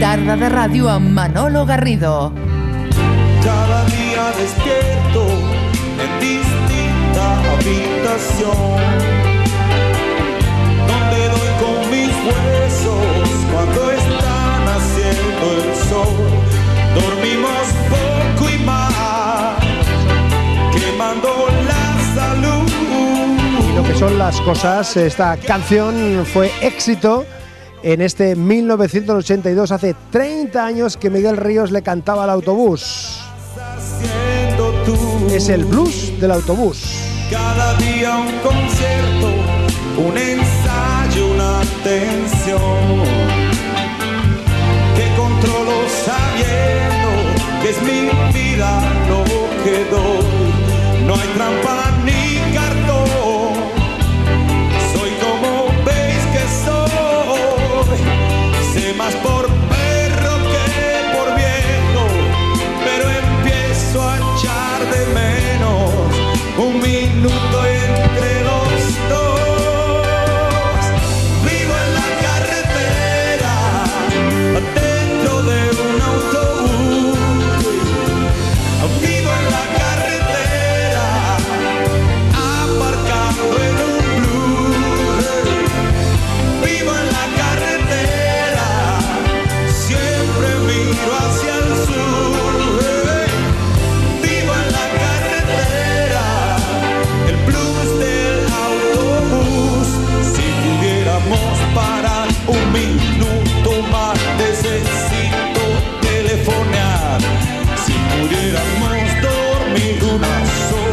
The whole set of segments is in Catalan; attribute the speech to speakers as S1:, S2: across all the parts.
S1: Tarda de radio a Manolo Garrido.
S2: Cada día despierto en distinta habitación, donde doy con mis huesos cuando están haciendo el sol. Dormimos poco y más, quemando la salud.
S3: Y lo que son las cosas, esta canción fue éxito en este 1982, hace 30 años que Miguel Ríos le cantaba al autobús.
S2: Siendo tú.
S3: Es el blues del autobús.
S2: Cada día un concierto, un ensayo, una tensión que controlo sabiendo que es mi vida lo que doy. No hay trampa ni cartón. Soy como veis que soy. Sé más por perro que por viejo pero empiezo a echar de menos un minuto entre los dos. Vivo en la carretera, dentro de un autobús. Vivo en la carretera, aparcado en un blues. Vivo en la carretera. Siempre miro hacia el sur, eh. vivo en la carretera, el blues del autobús. Si pudiéramos parar un minuto más, necesito telefonear. Si pudiéramos dormir unas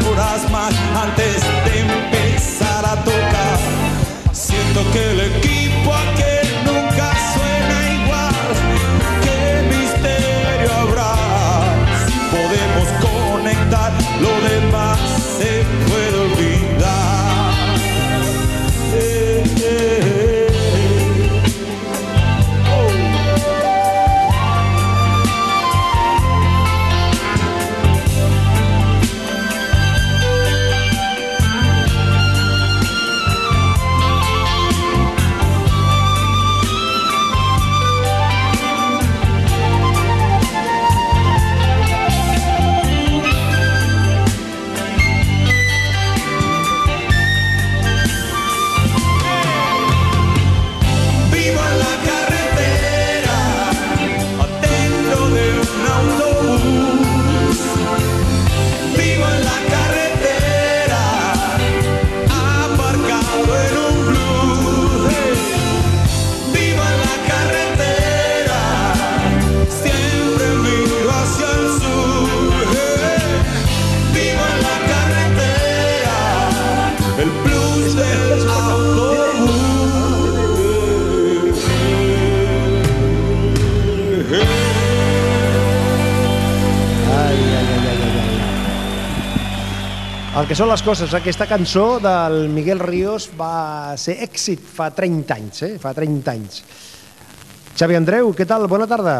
S2: horas más antes de empezar a tocar. Siento que el equipo aquel nunca suena igual. ¿Qué misterio habrá? Si podemos conectar, lo demás se puede olvidar. Eh, eh, eh. Oh. Vivo en la carretera, dentro de un autobús. Vivo en la carretera, aparcado en un blues. eh. Vivo en la carretera, siempre miro hacia el sur. eh. Vivo en la carretera, el blues del autobús.
S3: El que són les coses, aquesta cançó del Miguel Ríos va ser èxit fa 30 anys, eh? Fa 30 anys. Xavi Andreu, què tal? Bona tarda.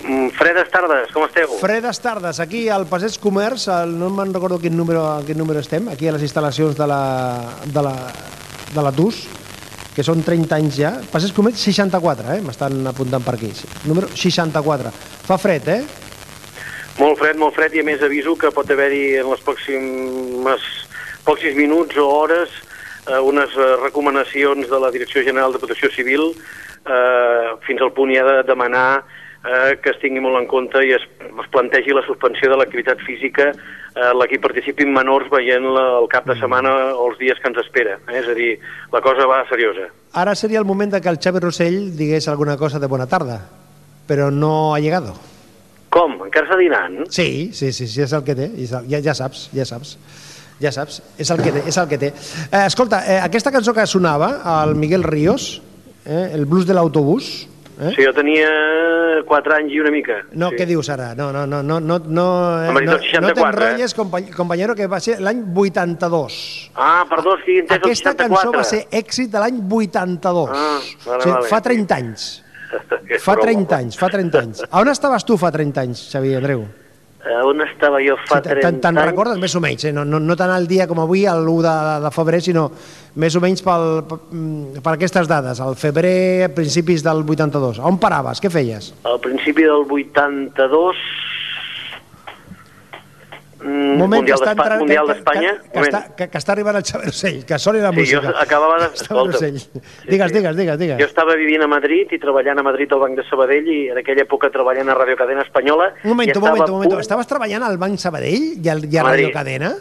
S4: Mm, Fredes tardes, com esteu?
S3: Fredes tardes, aquí al Passeig Comerç, al, no me'n recordo quin número, en quin número estem, aquí a les instal·lacions de la, de la, de la TUS, que són 30 anys ja. Passeig Comerç 64, eh? m'estan apuntant per aquí. Número 64. Fa fred, eh?
S4: Molt fred, molt fred, i a més aviso que pot haver-hi en les pròximes, pròxims minuts o hores eh, unes eh, recomanacions de la Direcció General de Protecció Civil eh, fins al punt ja de demanar eh, que es tingui molt en compte i es, es plantegi la suspensió de l'activitat física eh, la que hi participin menors veient la, el cap de
S3: Mm.
S4: setmana o els dies que ens espera. Eh? És a dir, la cosa va seriosa.
S3: Ara seria el moment de que el Xavi Rossell digués alguna cosa de bona tarda, però no ha llegado.
S4: Com? Encara s'ha dinant?
S3: Sí, sí, sí, sí, és el que té, és el- ja, ja saps, ja saps. Ja saps, és el que té, és el que té. Eh, escolta, eh, aquesta cançó que sonava, al Miguel Ríos, eh, el blues de l'autobús, eh?
S4: Sí, jo tenia 4 anys i una mica.
S3: No,
S4: sí.
S3: què dius ara? No, no, no, no, no, no, eh,
S4: Home,
S3: no,
S4: dius el
S3: no
S4: 64,
S3: t'enrotlles, company, companyero, que va ser l'any 82.
S4: Ah, perdó, sí, he entès el
S3: Aquesta
S4: 64.
S3: cançó va ser èxit de l'any 82.
S4: Ah, vale,
S3: o sigui,
S4: vale.
S3: Fa 30 anys.
S4: Aquesta
S3: Fa
S4: broma.
S3: 30 anys, fa 30 anys. A on estaves tu fa 30 anys, Xavier Andreu?
S4: eh, on estava jo fa
S3: Sí, te-
S4: 30
S3: Te'n te'n
S4: anys.
S3: recordes més o menys, eh? no, no, no tant el dia com avui, l'1 de, de febrer, sinó més o menys pel, mm, per, per aquestes dades, al febrer, a principis del 82. On paraves? Què feies?
S4: Al principi del 82... mm,
S3: Moment que
S4: Mundial
S3: està
S4: d'Espa-
S3: entrant-
S4: Mundial
S3: que-
S4: d'Espanya.
S3: Que, que, està, que, que està arribant el Xavier Ocell, que soni la
S4: Sí, jo
S3: música.
S4: acabava de-
S3: Xavier
S4: escolta'm.
S3: Ocell.
S4: Sí,
S3: Digues,
S4: sí.
S3: digues, digues, digues.
S4: Jo estava vivint a Madrid i treballant a Madrid al Banc de Sabadell i en aquella època treballant a Radio Cadena Espanyola.
S3: Un moment,
S4: i
S3: un
S4: estava
S3: moment, un moment.
S4: a punt-
S3: Estaves treballant al Banc Sabadell i, al, i a
S4: Madrid.
S3: Radio Cadena?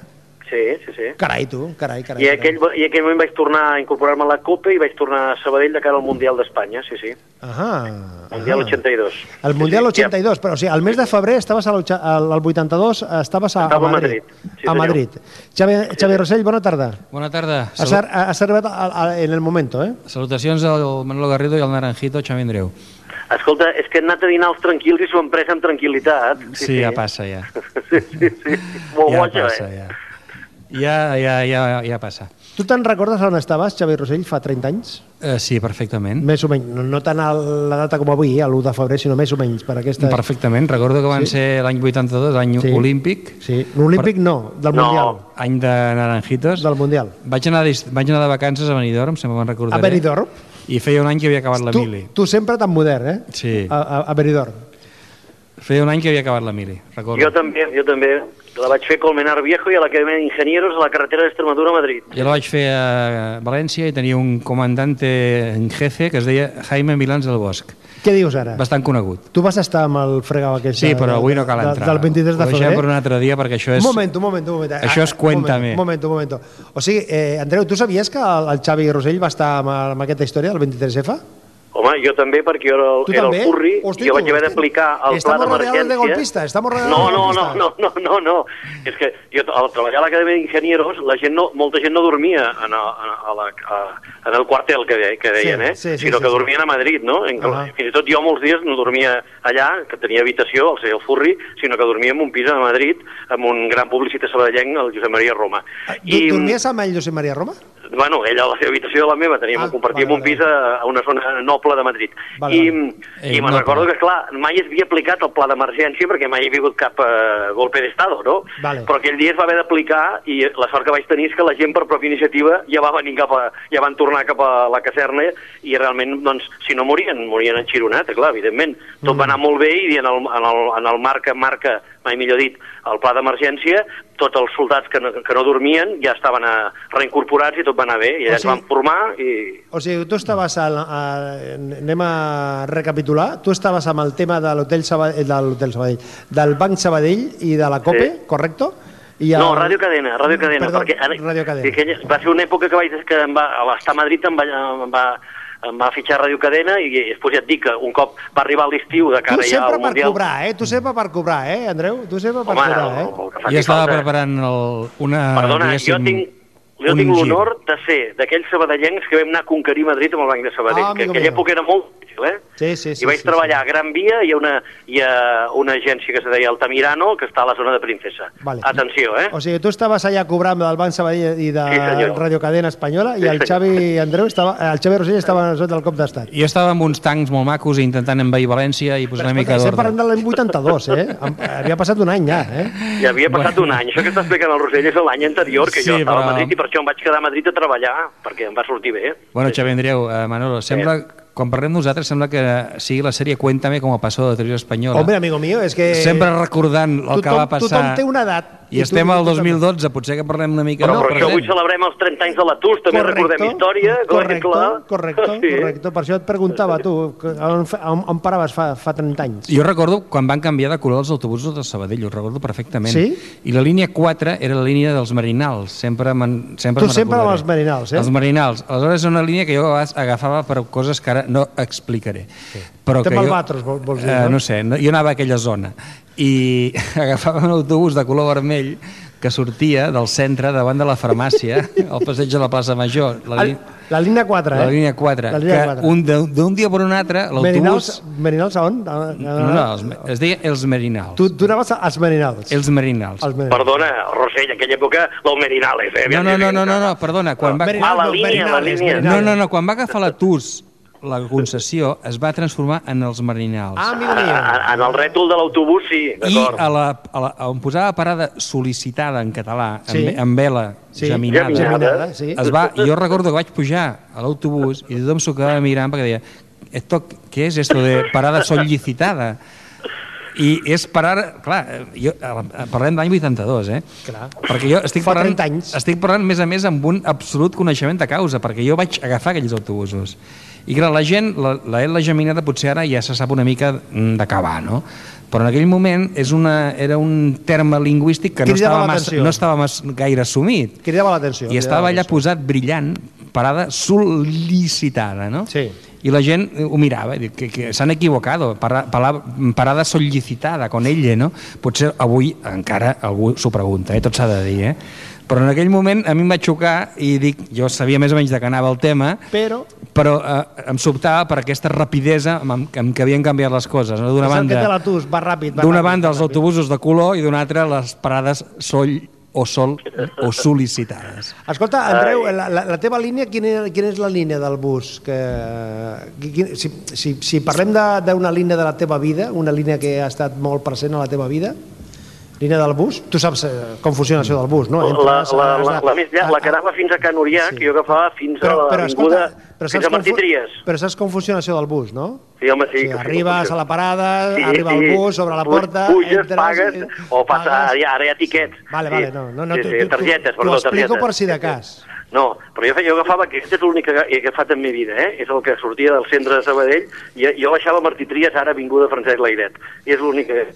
S4: Sí, sí, sí.
S3: Carai, tu, carai, carai.
S4: I
S3: carai.
S4: aquell, i aquell moment vaig tornar a incorporar-me a la Copa i vaig tornar a Sabadell de cara al Mundial d'Espanya, sí, sí.
S3: Ahà,
S4: Mundial
S5: Ah.
S3: ahà.
S4: 82.
S3: El Mundial
S4: Sí, sí,
S3: 82, però o sigui, el mes de febrer estaves al, al 82, estaves a, a
S4: Estava a
S3: Madrid.
S4: Madrid, sí,
S3: a
S4: senyor.
S3: Madrid. Xavier, Xavier Rossell, bona tarda.
S5: Bona tarda.
S3: Has, ar- has arribat a, a, en el moment, eh?
S5: Salutacions al Manolo Garrido i al Naranjito Xavi Andreu.
S4: ja. Escolta, és que he anat a dinar els tranquils i s'ho han pres amb tranquil·litat.
S5: Sí, ja passa, ja.
S4: Sí, sí, sí. Molt
S5: ja
S4: boja,
S5: passa,
S4: eh?
S5: ja. Ja, ja, ja, ja passa.
S3: Tu te'n recordes on estaves, Xavier Rossell, fa 30 anys?
S5: Uh, sí, perfectament.
S3: Més o menys, no, no tant a la data com avui, eh, l'1 de febrer, sinó més o menys per aquesta...
S5: Perfectament. Recordo que van sí? ser l'any 82, l'any
S3: Sí.
S5: sí. olímpic,
S3: Sí, l'Olímpic no, del
S4: No.
S3: Mundial.
S5: any de Naranjitos.
S3: Del Mundial.
S5: Vaig anar, de, vaig anar de vacances a Benidorm, se'n me'n recordaré.
S3: A Benidorm.
S5: I feia un any que havia acabat la
S3: Tu,
S5: mili.
S3: tu sempre tan modern, eh?
S5: Sí.
S3: A, a, a Benidorm.
S5: Feia un any que havia acabat la mili, recordo.
S4: Jo també, jo també. La vaig fer a Colmenar Viejo i a la que ven ingenieros a la carretera d'Extremadura a Madrid.
S5: Jo la vaig fer a València i tenia un comandante en jefe que es deia Jaime Milans del Bosch.
S3: Què dius ara?
S5: Bastant conegut.
S3: Tu vas estar amb el fregau aquest...
S5: Sí,
S3: de-
S5: però avui no cal
S3: de-
S5: entrar.
S3: Del 23 de
S5: Ho
S3: febrer.
S5: deixem per un altre dia perquè això és...
S3: Un moment, un moment, un moment.
S5: Això és
S3: Ah, ah,
S5: Cuéntame.
S3: Un moment, un moment. un moment. O sigui, eh, Andreu, tu sabies que el, el Xavi Rosell va estar amb, amb aquesta història, el 23F?
S4: Eh, Home, jo també, perquè jo era el,
S3: Tu
S4: era
S3: també?
S4: el curri
S3: Hosti,
S4: i jo vaig
S3: tu,
S4: haver
S3: hosti.
S4: d'aplicar el pla
S3: Estamos rodeados de
S4: d'emergència.
S3: golpistas, estamos rodeados
S4: no,
S3: de
S4: no, no,
S3: golpistas.
S4: no, no, no, no. És que jo, al treballar a l'Acadèmia d'Ingenieros, la gent no, molta gent no dormia en, el, en, a la, a, en el quartel que, de, que deien,
S3: Sí,
S4: eh?
S3: sí, sí,
S4: sinó
S3: sí,
S4: que
S3: sí.
S4: dormien a Madrid, no? En,
S3: Ahà.
S4: Fins i tot jo molts dies no dormia allà, que tenia habitació, al ser el furri, sinó que dormia en un pis a Madrid amb un gran publicista sabadellenc, el Josep Maria Roma. mm,
S3: I... Ah, Dormies amb el Josep Maria Roma?
S4: Bueno, ella a la seva habitació i la meva, teníem,
S3: Ah,
S4: ah, compartíem
S3: vale,
S4: un
S3: vale.
S4: pis a, a una zona noble de Madrid.
S3: Vale,
S4: I,
S3: vale.
S5: Eh,
S4: i me'n
S5: noble.
S4: recordo que, clar, mai havia aplicat el pla d'emergència perquè mai hi havia hagut cap eh, golpe d'estado, no?
S3: Vale.
S4: Però aquell dia es va haver d'aplicar i la sort que vaig tenir és que la gent per pròpia iniciativa ja va venir cap a, ja van tornar cap a la caserna i realment, doncs, si no morien, morien en xironat, clar, evidentment. Tot
S3: Mm.
S4: va anar molt bé i en el, en el, en el marc que marca, mai millor dit, el pla d'emergència, tots els soldats que no, que no dormien ja estaven a, reincorporats i tot va anar bé. I
S3: O
S4: allà
S3: sigui-
S4: es van formar i...
S3: O sigui, tu estaves al... A, anem a recapitular. Tu estaves amb el tema de l'hotel Sabadell, de l'hotel Sabadell, del Banc Sabadell i de la COPE,
S4: Sí.
S3: correcte? I Mm,
S4: No, Radio Cadena, Radio Cadena.
S3: Perdó,
S4: perquè ara-
S3: Radio Cadena.
S4: que aquella, va ser una època que vaig que em va, a l'estar a Madrid em va, em va, em va fitxar a Radio Cadena i després ja et dic que un cop va arribar l'estiu de
S3: Tu
S4: cara ja
S3: sempre
S4: al
S3: per
S4: Mundial...
S3: cobrar, eh? Tu sempre per cobrar, eh, Andreu? Tu sempre per
S4: Home,
S3: cobrar, eh?
S4: el, el que
S5: Jo
S4: faci
S5: estava
S4: falta.
S5: preparant el, una...
S4: Perdona, jo
S5: diguéssim,
S4: tinc, jo
S5: un
S4: tinc
S5: gir.
S4: l'honor de ser d'aquells sabadellencs que vam anar a conquerir Madrid amb el Banc de Sabadell,
S3: Ah,
S4: que
S3: amigo
S4: en aquella
S3: mío.
S4: època era molt difícil, eh?
S3: Sí, sí, sí,
S4: I vaig
S3: sí,
S4: treballar a Gran Via i a una, i a una agència que se deia Altamirano, que està a la zona de Princesa.
S3: Vale.
S4: Atenció, eh?
S3: O sigui, tu estaves allà cobrant del Banc Sabadell i de
S4: Sí, senyor.
S3: Radio Cadena Espanyola i
S4: Sí,
S3: el
S4: senyor.
S3: Xavi Andreu estava, el Xavi Rosell estava sota el cop d'estat.
S5: Jo estava amb uns tancs molt macos i intentant envair València i posar una mica
S3: estem
S5: d'ordre.
S3: parlant de l'any 82, eh? Em- Havia passat un any ja, eh?
S4: I havia passat un any. Això que està explicant el Rosell és l'any anterior, que
S5: Sí,
S4: jo estava
S5: però-
S4: a Madrid i per això em vaig quedar a Madrid a treballar, perquè em va sortir bé.
S5: Bueno, Xavi Andreu, eh, Manolo, sembla... Quan parlem nosaltres sembla que sigui la sèrie Cuéntame com a passó de televisió espanyola.
S3: Hombre, amigo mío, és que...
S5: Sempre recordant el que
S3: tothom-
S5: va passar.
S3: tothom té una edat,
S5: I,
S3: i tu-
S5: estem al
S3: tu també.
S5: 2012, potser que parlem una mica
S4: Però,
S5: del
S4: però això avui
S5: present.
S4: celebrem els 30 anys de la TUS, també recordem història.
S3: correcte,
S4: clar.
S3: correcte,
S4: Sí.
S3: correcte. Per això et preguntava, tu, que on, fe- on, on paraves fa, fa 30 anys?
S5: Jo recordo quan van canviar de color els autobusos de Sabadell, ho recordo perfectament.
S3: Sí?
S5: I la línia 4 era la línia dels marinals, sempre me'n sempre
S3: Tu
S5: me'n
S3: sempre
S5: recordaré.
S3: amb els marinals, eh?
S5: Els marinals. Aleshores és una línia que jo a vegades agafava per coses que ara no explicaré. Sí. Però
S3: Tema
S5: que jo,
S3: Albatros, vol- vols dir,
S5: Eh,
S3: no?
S5: no sé, no, jo anava a aquella zona i agafava un autobús de color vermell que sortia del centre davant de la farmàcia, al passeig de la plaça Major. La
S3: El,
S5: línia-
S3: la línia 4, eh?
S5: la línia 4,
S3: La línia
S5: que
S3: 4.
S5: un de- d'un dia per un altre l'autobús...
S3: Merinals, Merinals a on? A- a-
S5: No, no, els, es deia els marinals.
S3: Tu, tu anaves als Merinals.
S5: Els marinals.
S3: Als Merinals.
S4: Perdona, Rosell, en aquella època, los merinales, eh?
S5: No, no, no, no, no, no, perdona, quan va...
S3: Merinals,
S4: Ah, la
S3: no,
S4: línia, la
S3: Merinals,
S4: línia.
S5: No,
S3: Merinals.
S5: no, no, quan va agafar la TUS la concessió es va transformar en els Marinals.
S3: Ah, amigo mío.
S4: A- En el rètol de l'autobús, sí,
S5: I
S4: d'acord.
S5: a la, a la, on posava parada sol·licitada en català,
S3: Sí.
S5: sí. en, en vela
S3: Sí.
S5: sí. geminada,
S4: Geminada.
S3: Geminada, sí.
S5: es va, jo recordo que vaig pujar a l'autobús i tothom s'ho quedava mirant perquè deia esto, què és esto de parada sol·licitada? I és parar... Clar, jo, eh, parlem de l'any 82, eh?
S3: Clar.
S5: Perquè jo estic
S3: Fa
S5: parlant,
S3: 30 anys.
S5: estic parlant, a més a més, amb un absolut coneixement de causa, perquè jo vaig agafar aquells autobusos. I clar, la gent, la, la, la geminada potser ara ja se sap una mica mm, de què va, no? Però en aquell moment és una, era un terme lingüístic que no
S3: Cridava
S5: estava, massa,
S3: l'atenció.
S5: no estava massa gaire assumit.
S3: Cridava l'atenció.
S5: I estava allà
S3: cridava
S5: posat brillant, parada sol·licitada, no?
S3: Sí.
S5: I la gent eh, ho mirava, i diu que, que s'han equivocado, para, pala- parada sol·licitada, con ella, no? Potser avui encara algú s'ho pregunta, eh? tot s'ha de dir, eh? Però en aquell moment a mi em va xocar i dic, jo sabia més o menys de què anava el tema,
S3: l'atenció. Però
S5: però eh, em sobtava per aquesta rapidesa amb, amb, amb què havien canviat les coses. No? D'una
S3: és el que
S5: banda,
S3: té l'atus, va ràpid. va
S5: d'una
S3: ràpid,
S5: banda
S3: va
S5: els
S3: ràpid.
S5: autobusos de color i d'una altra les parades soll o sol o sol·licitades.
S3: Escolta, Andreu, la, la, la teva línia, quina, quina és la línia del bus? Que, qui- qui- si, si, si parlem de- d'una línia de la teva vida, una línia que ha estat molt present a la teva vida, línia del bus, tu saps eh, com funciona això del bus, no?
S4: La,
S3: Entres,
S4: la,
S3: has
S4: la,
S3: de-
S4: la, més llarga, la
S5: Ah,
S4: que anava fins a Can Urià, que jo agafava fins a l'avinguda, fins a
S3: com
S4: Martí
S3: fu-
S4: Trias.
S3: Però saps com funciona això del bus, no?
S4: Sí, home, sí.
S3: Sí,
S4: que sí,
S3: arribes
S4: que
S3: a la parada,
S4: Sí,
S3: arriba
S4: sí.
S3: el bus, obre la
S4: Pu-
S3: porta...
S4: puges,
S3: entres,
S4: pagues,
S3: eh,
S4: o passa- ara hi ha- ara hi ha tiquets.
S3: Vale,
S4: Sí.
S3: vale, no, no, no
S4: Sí,
S3: tu-
S4: sí,
S3: tu- tu-
S4: targetes,
S3: t'ho
S4: perdó,
S3: explico
S4: targetes.
S3: per si de cas.
S4: No, però jo, feia, jo agafava, aquest és l'únic que aga- he agafat en mi vida, eh? és el que sortia del centre de Sabadell, i jo baixava a Martí Trias, ara vinguda Francesc Lairet, i és l'únic que,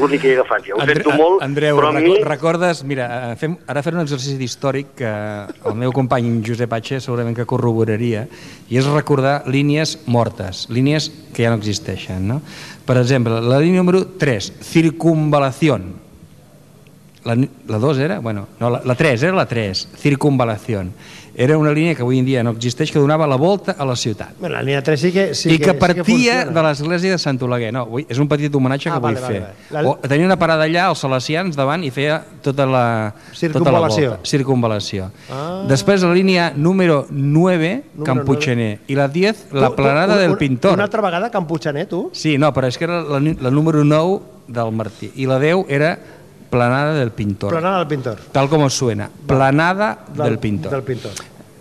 S4: l'únic que he agafat jo. Ho
S5: Andre-
S4: sento molt,
S5: Andreu,
S4: però a
S5: reco-
S4: mi...
S5: recordes... Mira, eh, fem, ara faré un exercici històric que el meu company Josep Atxe segurament que corroboraria, i és recordar línies mortes, línies que ja no existeixen. No? Per exemple, la línia número 3, circunvalació. La, ni- la 2 era? Bueno, no, la, la 3, era la 3, circunvalació. Era una línia que avui en dia no existeix, que donava la volta a la ciutat.
S3: Bueno, la línia 3 sí que, sí
S5: Sí I que,
S3: sí
S5: partia
S3: funciona.
S5: de l'església de Sant Oleguer. No, vull, és un petit homenatge
S3: Ah,
S5: que vull
S3: vale,
S5: fer.
S3: vale, vale. La-
S5: O, tenia una parada allà, els salesians, davant, i feia tota la, tota la
S3: Circunvalació.
S5: volta. Circunvalació.
S3: Ah.
S5: Després la línia número 9, Campuchener. I la 10, la
S3: Tu- tu-
S5: planada
S3: un-
S5: del
S3: un-
S5: Pintor.
S3: Una altra vegada Campuchaner, tu?
S5: Sí, no, però és que era la, ni- la número 9 del Martí. I la 10 era planada del Pintor.
S3: Planada del Pintor.
S5: Tal com us suena. Planada del, Pintor.
S3: Del Pintor.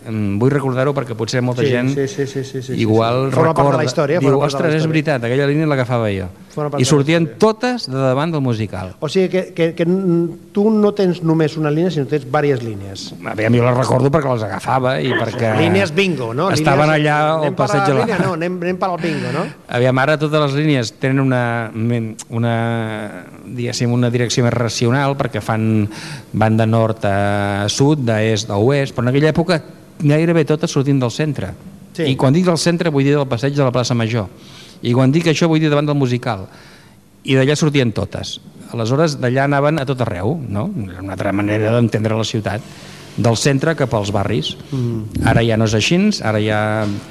S5: Mm, vull recordar-ho perquè potser molta gent
S3: sí, sí, sí, sí,
S5: igual
S3: Forma
S5: recorda,
S3: part de la història.
S5: diu,
S3: forma part de la
S5: ostres, és
S3: història.
S5: veritat, aquella línia l'agafava jo.
S3: Forma part
S5: I
S3: de la
S5: sortien totes de davant del musical.
S3: O sigui que, que, que n- tu no tens només una línia, sinó que tens diverses línies.
S5: A veure, jo les recordo perquè les agafava i perquè...
S3: Ah, Línies bingo, no?
S5: Eh. Estaven
S3: línies,
S5: allà al
S3: anem per
S5: passeig de
S3: la...
S5: la-
S3: Línia, no, anem, anem per al bingo, no?
S5: Aviam, ara totes les línies tenen una, men- una, diguéssim, una direcció més racional perquè fan van de nord a sud, d'est a oest, però en aquella època gairebé totes sortint del centre.
S3: Sí.
S5: I quan dic del centre vull dir del passeig de la plaça Major. I quan dic això vull dir davant del musical. I d'allà sortien totes. Aleshores, d'allà anaven a tot arreu, no? Era una altra manera d'entendre la ciutat del centre cap als barris. Mm. Ara ja no és així, ara ja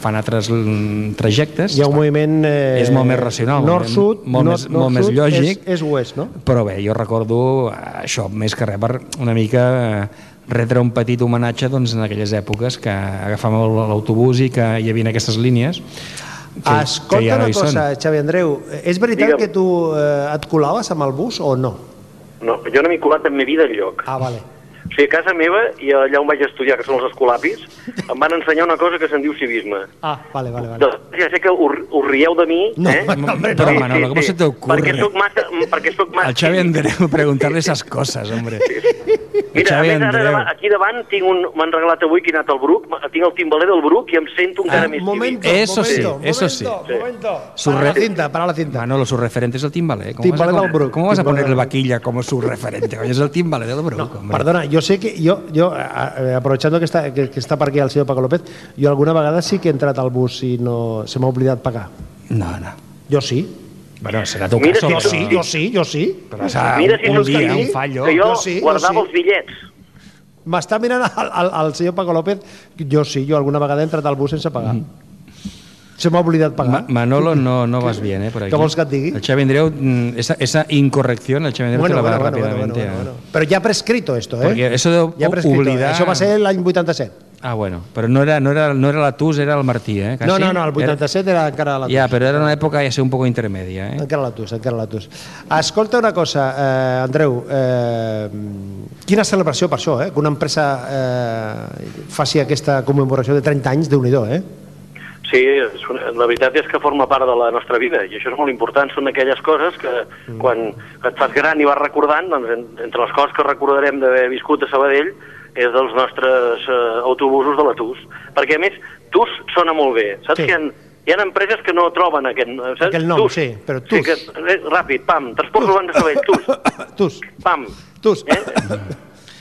S5: fan altres mm, trajectes.
S3: Hi ha un moviment... Eh,
S5: És molt més racional,
S3: Nord-sud,
S5: molt més- molt més lògic.
S3: És, és oest, no?
S5: Però bé, jo recordo eh, això més que res per una mica eh, retre un petit homenatge doncs, en aquelles èpoques que agafàvem el- l'autobús i que hi havia aquestes línies que,
S3: Escolta
S5: que ja no
S3: una
S5: hi
S3: cosa,
S5: són.
S3: Xavi Andreu, és veritat
S4: Digue'm.
S3: que tu eh, et colaves amb el bus o no?
S4: No, jo no m'he colat en mi vida enlloc.
S3: Ah, vale.
S4: O sigui, a casa meva, i allà on vaig estudiar, que són els escolapis, em van ensenyar una cosa que se'n diu civisme.
S3: Ah, vale, vale, vale.
S4: Doncs, ja sé que us, us rieu de mi,
S3: No,
S4: eh?
S5: hombre, no. Manolo, com se t'ocurre?
S4: Perquè soc massa... Perquè soc massa
S5: Al Xavi Andreu preguntar-li aquestes coses, home.
S4: Mira,
S5: Xavi
S4: a més, ara
S5: Andreu.
S4: davant, aquí davant tinc un... M'han regalat avui que he anat al Bruc, tinc el timbaler del Bruc i em sento
S5: Ah,
S4: encara més
S3: Ah, Momento,
S4: civil.
S5: Eso sí,
S3: momento,
S5: eso sí.
S3: momento,
S4: Sí.
S3: momento. Para
S5: Surre-
S3: la cinta, para la cinta.
S5: Manolo, su referente es el timbalé. ¿Cómo
S3: Timbalé
S5: vas a,
S3: del Bruc.
S5: ¿Cómo vas a
S3: Timbalé
S5: poner el
S3: del-
S5: vaquilla como su referente? Oye, es el timbalé del Bruc, hombre.
S3: Perdona, jo sé que jo, jo eh, eh, aprovechando que està, que, que està per aquí el senyor Paco López, jo alguna vegada sí que he entrat al bus i no, se m'ha oblidat pagar.
S5: No, no.
S3: Jo sí.
S5: Bueno, será tu
S4: Mira,
S5: caso.
S4: si tu-
S5: pero-
S4: sí,
S3: Jo sí, jo sí.
S5: Però, o sea,
S4: Mira si
S5: un,
S4: no
S5: un dia,
S4: sabia
S5: un fallo.
S4: Que jo,
S3: Jo sí, jo
S4: guardava
S3: sí.
S4: els bitllets.
S3: M'està mirant el, el, el senyor Paco López, jo sí, jo alguna vegada he entrat al bus sense pagar. Se m'ha oblidat pagar.
S5: Mm-hmm. Ma- Manolo, no, no vas bien, ¿eh? Por aquí.
S3: ¿Qué vols que et digui?
S5: El Xavi Andreu, mm, esa, esa incorrección, el Xavi Andreu te la va eh. rápidamente. a-
S3: Però ja ha prescrito esto, eh?
S5: Perquè eso de
S3: ja ha prescrito.
S5: oblidar-
S3: Això va ser l'any 87.
S5: Ah, bueno, però no era, no era, no era la TUS, era el Martí, eh? Quasi.
S3: No, no, no, el 87 era, encara la
S5: Era,
S3: TUS.
S5: ja, però era una època ja sé un poc intermèdia, eh?
S3: Encara la TUS, encara la TUS. Escolta una cosa, eh, Andreu, eh, quina celebració per això, eh? Que una empresa eh, faci aquesta commemoració de 30 anys, déu nhi eh?
S4: Sí, és una, la veritat és que forma part de la nostra vida i això és molt important, són aquelles coses que mm. quan et fas gran i vas recordant, doncs en, entre les coses que recordarem d'haver viscut a Sabadell és dels nostres eh, autobusos de la TUS, perquè a més TUS sona molt bé, saps
S3: Sí.
S4: sí. que hi ha, hi ha empreses que no troben aquest, eh, saps?
S3: Aquell nom, sí, però
S4: Sí,
S3: TUS.
S4: que, eh, ràpid, pam, transports urbans de Sabadell, TUS,
S3: TUS,
S4: pam.
S3: TUS.
S4: Eh?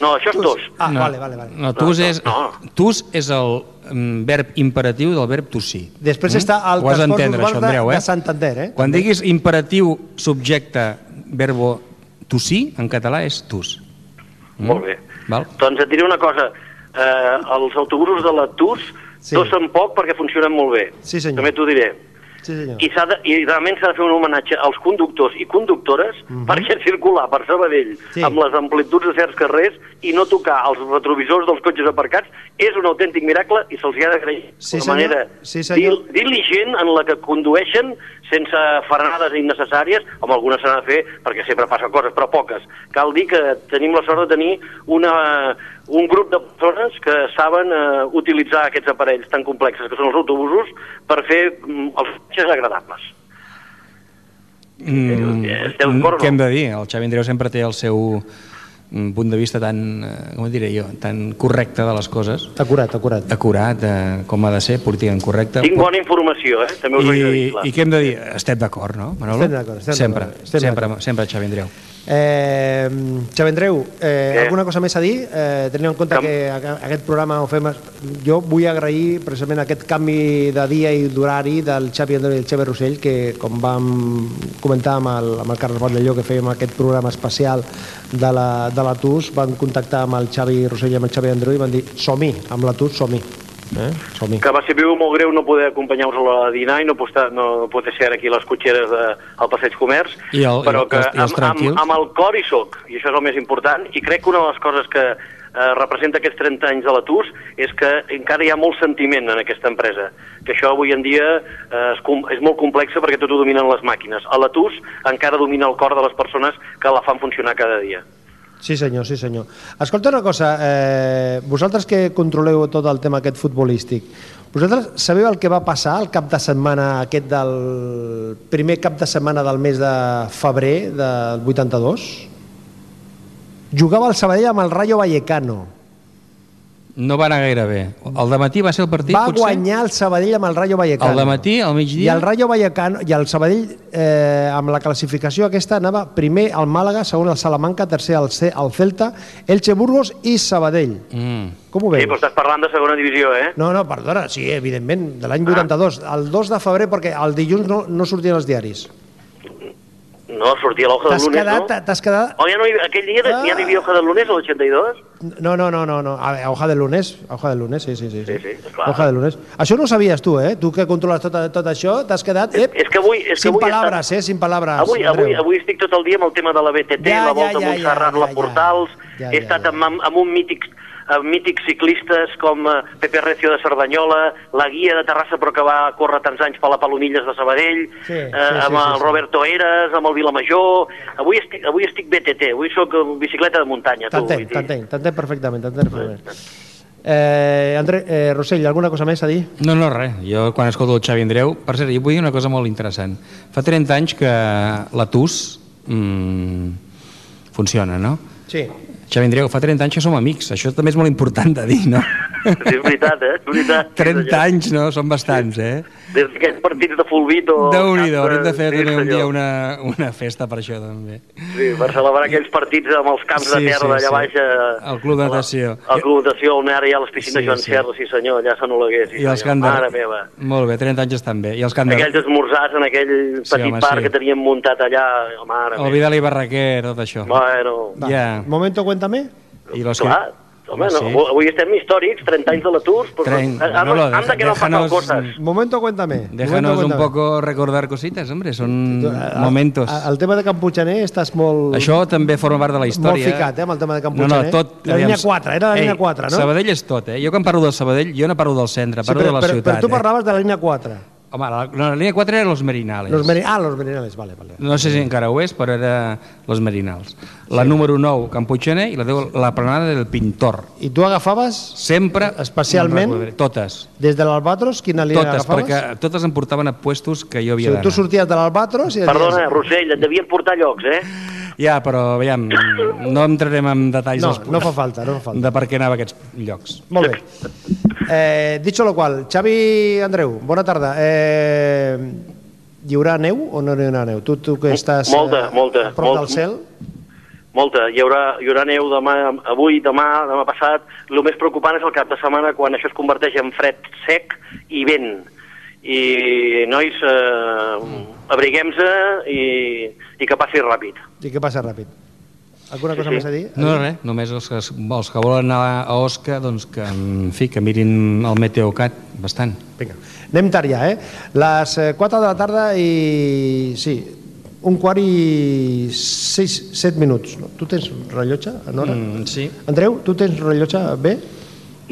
S4: No, això és
S3: TUS.
S4: TUS.
S3: Ah,
S5: no,
S3: vale, vale, vale.
S5: No, TUS,
S4: No,
S5: és,
S4: no.
S5: TUS és el mm, verb imperatiu del verb tossir.
S3: Després està el
S5: Ho has
S3: transport
S5: d'entendre,
S3: urbà
S5: això,
S3: de-
S5: Andreu, eh?
S3: de Santander, eh?
S5: Quan diguis imperatiu, subjecte, verbo tossir, en català és tus.
S4: Molt bé.
S5: Mm. Val?
S4: Doncs et diré una cosa. Eh, els autobusos de la TUS
S3: Sí.
S4: sí. tossen poc perquè funcionen molt bé.
S3: Sí, senyor. Ah.
S4: També t'ho diré.
S3: Sí, senyor.
S4: I, s'ha de, I realment s'ha de fer un homenatge als conductors i conductores uh -huh. perquè circular per Sabadell
S3: Sí.
S4: sí. amb les amplituds de certs carrers i no tocar els retrovisors dels cotxes aparcats és un autèntic miracle i se'ls hi ha d'agrair
S3: Sí,
S4: de
S3: senyor.
S4: manera
S3: Sí, senyor.
S4: dil- diligent en la que condueixen sense frenades innecessàries, amb algunes s'ha de fer perquè sempre passa coses, però poques. Cal dir que tenim la sort de tenir una, un grup de persones que saben eh, utilitzar aquests aparells tan complexes que són els autobusos per fer mm, els viatges agradables.
S5: Mm,
S4: Esteu d'acord o no?
S5: què hem de dir? El Xavi Andreu sempre té el seu mm, punt de vista tan, eh, com ho diré jo, tan correcte de les coses,
S3: Acurat, acurat.
S5: acurat, eh, com ha de ser, políticament correcte.
S4: Tinc bona informació, eh? també us ho he de
S5: I,
S4: dir, clar.
S5: I què hem de dir? Estem d'acord, no, Manolo?
S3: Estem d'acord, estem
S5: sempre,
S3: d'acord, estem
S5: sempre,
S3: d'acord.
S5: sempre, Xavi Andreu.
S3: Eh, Xavi Andreu, eh,
S4: Què?
S3: alguna cosa més a dir? Eh, tenint en compte
S4: Cam-
S3: que a- aquest programa ho fem... Jo vull agrair precisament aquest canvi de dia i d'horari del Xavi Andreu i el Xavi Rossell, que com vam comentar amb el, amb el Carles Batllelló, que fèiem aquest programa especial de la, de la TUS, van contactar amb el Xavi Rossell i amb el Xavi Andreu i van dir som-hi, amb la TUS som-hi. Eh? Som-hi.
S4: que va ser viu molt greu no poder acompanyar-vos a la dinar i no poder, no poder ser aquí a les cotxeres de, al Passeig Comerç,
S5: I el-
S4: però
S5: i
S4: que
S5: els- i els
S4: amb,
S5: tranquils?
S4: amb, amb el cor hi soc, i això és el més important, i crec que una de les coses que eh, representa aquests 30 anys de la TUS és que encara hi ha molt sentiment en aquesta empresa, que això avui en dia eh, és, com, és molt complexa perquè tot ho dominen les màquines. A la TUS encara domina el cor de les persones que la fan funcionar cada dia.
S3: Sí senyor, sí senyor. Escolta una cosa, eh, vosaltres que controleu tot el tema aquest futbolístic, vosaltres sabeu el que va passar el cap de setmana aquest del primer cap de setmana del mes de febrer del 82? Jugava el Sabadell amb el Rayo Vallecano.
S5: No va anar gaire bé. El de matí va ser el partit,
S3: Va
S5: potser?
S3: guanyar el Sabadell amb el Rayo Vallecano.
S5: Al dematí, al migdia?
S3: I el Rayo Vallecano, i el Sabadell eh, amb la classificació aquesta anava primer al Màlaga, segon al Salamanca, tercer al, Ce al Celta, Elche Burgos i Sabadell.
S5: Mm.
S3: Com ho
S4: Sí,
S3: veus?
S4: però estàs parlant de segona divisió, eh?
S3: No, no, perdona, sí, evidentment, de
S4: Ah.
S3: l'any 82, el 2 de febrer, perquè el dilluns no, no sortien els diaris.
S4: No, sortia l'hoja de
S3: T'has
S4: lunes,
S3: quedat,
S4: no?
S3: t'has quedat...
S4: Oh, ja no hi, aquell dia
S3: Ah.
S4: ah. ja no hi havia hoja de lunes, a l'82?
S3: No, no, no, no, no. A, a hoja de lunes, a hoja de lunes, sí, sí, sí.
S4: Sí, sí, clar.
S3: hoja de lunes. Això no ho sabies tu, eh? Tu que controles tot, tot això, t'has quedat... Ep,
S4: És que avui... És que
S3: sin
S4: avui
S3: palabres, eh? Sin palabres,
S4: Avui,
S3: Andreu.
S4: avui, avui estic tot el dia amb el tema de la BTT,
S3: Ja, ja,
S4: la volta
S3: ja,
S4: a Montserrat,
S3: ja,
S4: la
S3: ja,
S4: Portals...
S3: ja, ja,
S4: he estat
S3: ja.
S4: Amb, amb un mític amb mítics ciclistes com eh, Pepe Recio de Cerdanyola, la guia de Terrassa però que va córrer tants anys per la Palomilles de Sabadell,
S3: Sí,
S4: eh,
S3: sí, sí,
S4: amb
S3: sí,
S4: el
S3: sí.
S4: Roberto Eres, amb el Vilamajor... Avui estic, avui estic BTT, avui sóc eh, bicicleta de muntanya. tu, vull
S3: T'entenc,
S4: dir.
S3: t'entenc, t'entenc perfectament, t'entenc perfectament. Eh, André, eh, Rossell, alguna cosa més a dir?
S5: No, no, res. Jo, quan escolto el Xavi Andreu... Per cert, jo vull dir una cosa molt interessant. Fa 30 anys que la TUS mm, funciona, no?
S3: Sí.
S5: Xavi Andreu, fa 30 anys que som amics. Això també és molt important de dir, no?
S4: Sí, és veritat, eh? És veritat.
S5: 30 anys, no? Són bastants, eh?
S4: Des d'aquests partits de eh, fulbit o...
S5: Déu-n'hi-do, hauríem de fer
S4: Oh, Sí,
S5: també un dia
S4: senyor.
S5: una, una festa per això, també.
S4: Sí, per celebrar aquells partits amb els camps de
S5: Sí,
S4: terra
S5: sí,
S4: d'allà
S5: sí.
S4: baix... eh,
S5: El club de natació.
S4: El club de natació, on ara hi ha les piscines
S5: Sí,
S4: Joan
S5: sí.
S4: Serra, sí senyor, allà a Sant Oleguer, sí
S5: I els que
S4: senyor.
S5: han de...
S4: Mare meva.
S5: Molt bé, 30 anys estan bé. I els que han de...
S4: Aquells esmorzars en aquell petit
S5: home,
S4: parc
S5: sí.
S4: que teníem muntat allà, mare
S5: El
S4: meva.
S5: Vidal i Barraquer, tot això.
S4: Bueno,
S5: Ja.
S3: Momento, cuéntame.
S5: I los que...
S4: clar, Home,
S5: Home,
S4: no,
S5: sí.
S4: avui- avui estem històrics, 30 anys de l'atur, però
S5: Tren-
S4: han, han,
S5: Manolo,
S4: han de que no han
S5: déjanos-
S4: passat coses.
S3: Momento, cuéntame.
S5: Déjanos
S3: Momento,
S5: un
S3: cuéntame.
S5: poco recordar cositas, hombre, són
S3: A- a-
S5: momentos.
S3: a- El tema de Campuchaner estàs molt...
S5: Això també forma part de la història.
S3: Molt ficat, eh, amb el tema de Campuchon,
S5: No,
S3: eh?
S5: no, tot...
S3: La línia 4, era la línia 4, no?
S5: Sabadell és tot, eh? Jo quan parlo de Sabadell, jo no parlo del centre, parlo de la
S3: però,
S5: ciutat.
S3: però tu
S5: eh?
S3: parlaves de la línia 4.
S5: Home, la, no, la línia 4 era Los Merinales.
S3: Los meri... Ah, los merinales, vale, vale.
S5: No sé si encara ho és, però era Los Merinals. La número 9, Campuchene, i la 10, la planada del Pintor.
S3: I tu agafaves,
S5: Sempre...
S3: Especialment?
S5: Totes.
S3: des de l'Albatros, quina línia
S5: Totes,
S3: agafaves?
S5: perquè totes em portaven a puestos que jo
S3: O
S5: havia
S3: sigui, tu
S5: d'anar.
S3: sorties de l'Albatros i...
S4: Perdona, Rossell, et devien portar llocs, eh?
S5: Ja, però, veiem, no entrarem en detalls
S3: No,
S5: dels
S3: no fa falta, no fa falta.
S5: de per què anava a aquests llocs.
S3: Molt bé. Eh, dicho lo qual, Xavi Andreu, bona tarda. Eh, hi haurà neu o no hi haurà neu? Tu, tu que estàs eh,
S4: molta, molta,
S3: a prop
S4: molt-
S3: del cel,
S4: Molta, hi haurà, hi haurà neu demà, avui, demà, demà passat. El més preocupant és el cap de setmana quan això es converteix en fred sec i vent. I, nois, eh, abriguem-se i, i que passi ràpid.
S3: i que passa ràpid. Alguna cosa
S4: sí.
S3: més a dir?
S5: No, res, només els que, els que volen anar a Osca, doncs que, en fi, que mirin el Meteocat bastant.
S3: Vinga, anem tard ja, eh? Les eh, 4 de la tarda i... sí, un quart i 6, 7 minuts. No? Tu tens rellotge en hora? Mm.
S5: sí.
S3: Andreu, tu tens rellotge bé?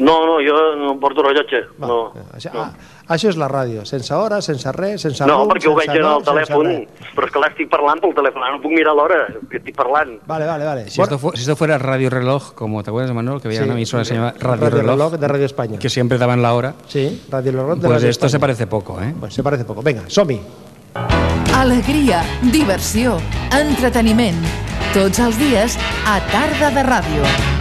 S4: No, no, jo no porto rellotge.
S3: Va,
S4: no.
S3: Això, no. Ah, això és la ràdio, sense hora, sense res, sense
S4: No,
S3: rum,
S4: perquè ho
S3: sense
S4: veig en
S3: nom,
S4: el
S3: sense
S4: telèfon,
S3: res.
S4: però és que l'estic parlant pel telèfon, ara no puc mirar l'hora, que estic parlant.
S3: Vale, vale, vale.
S5: Si esto, fu- si esto fuera Radio Reloj, como te acuerdas, Manuel, que había
S3: Sí.
S5: una emisora que se llamaba
S3: Radio
S5: Radio, Reloj,
S3: Reloj de Radio España.
S5: que siempre daban la hora,
S3: Sí, Radio Lorot de
S5: pues
S3: Radio
S5: esto se
S3: España.
S5: parece poco, ¿eh?
S3: Pues se parece poco. Venga, som-hi.
S1: Alegria, diversió, entreteniment. Tots els dies a Tarda de Ràdio.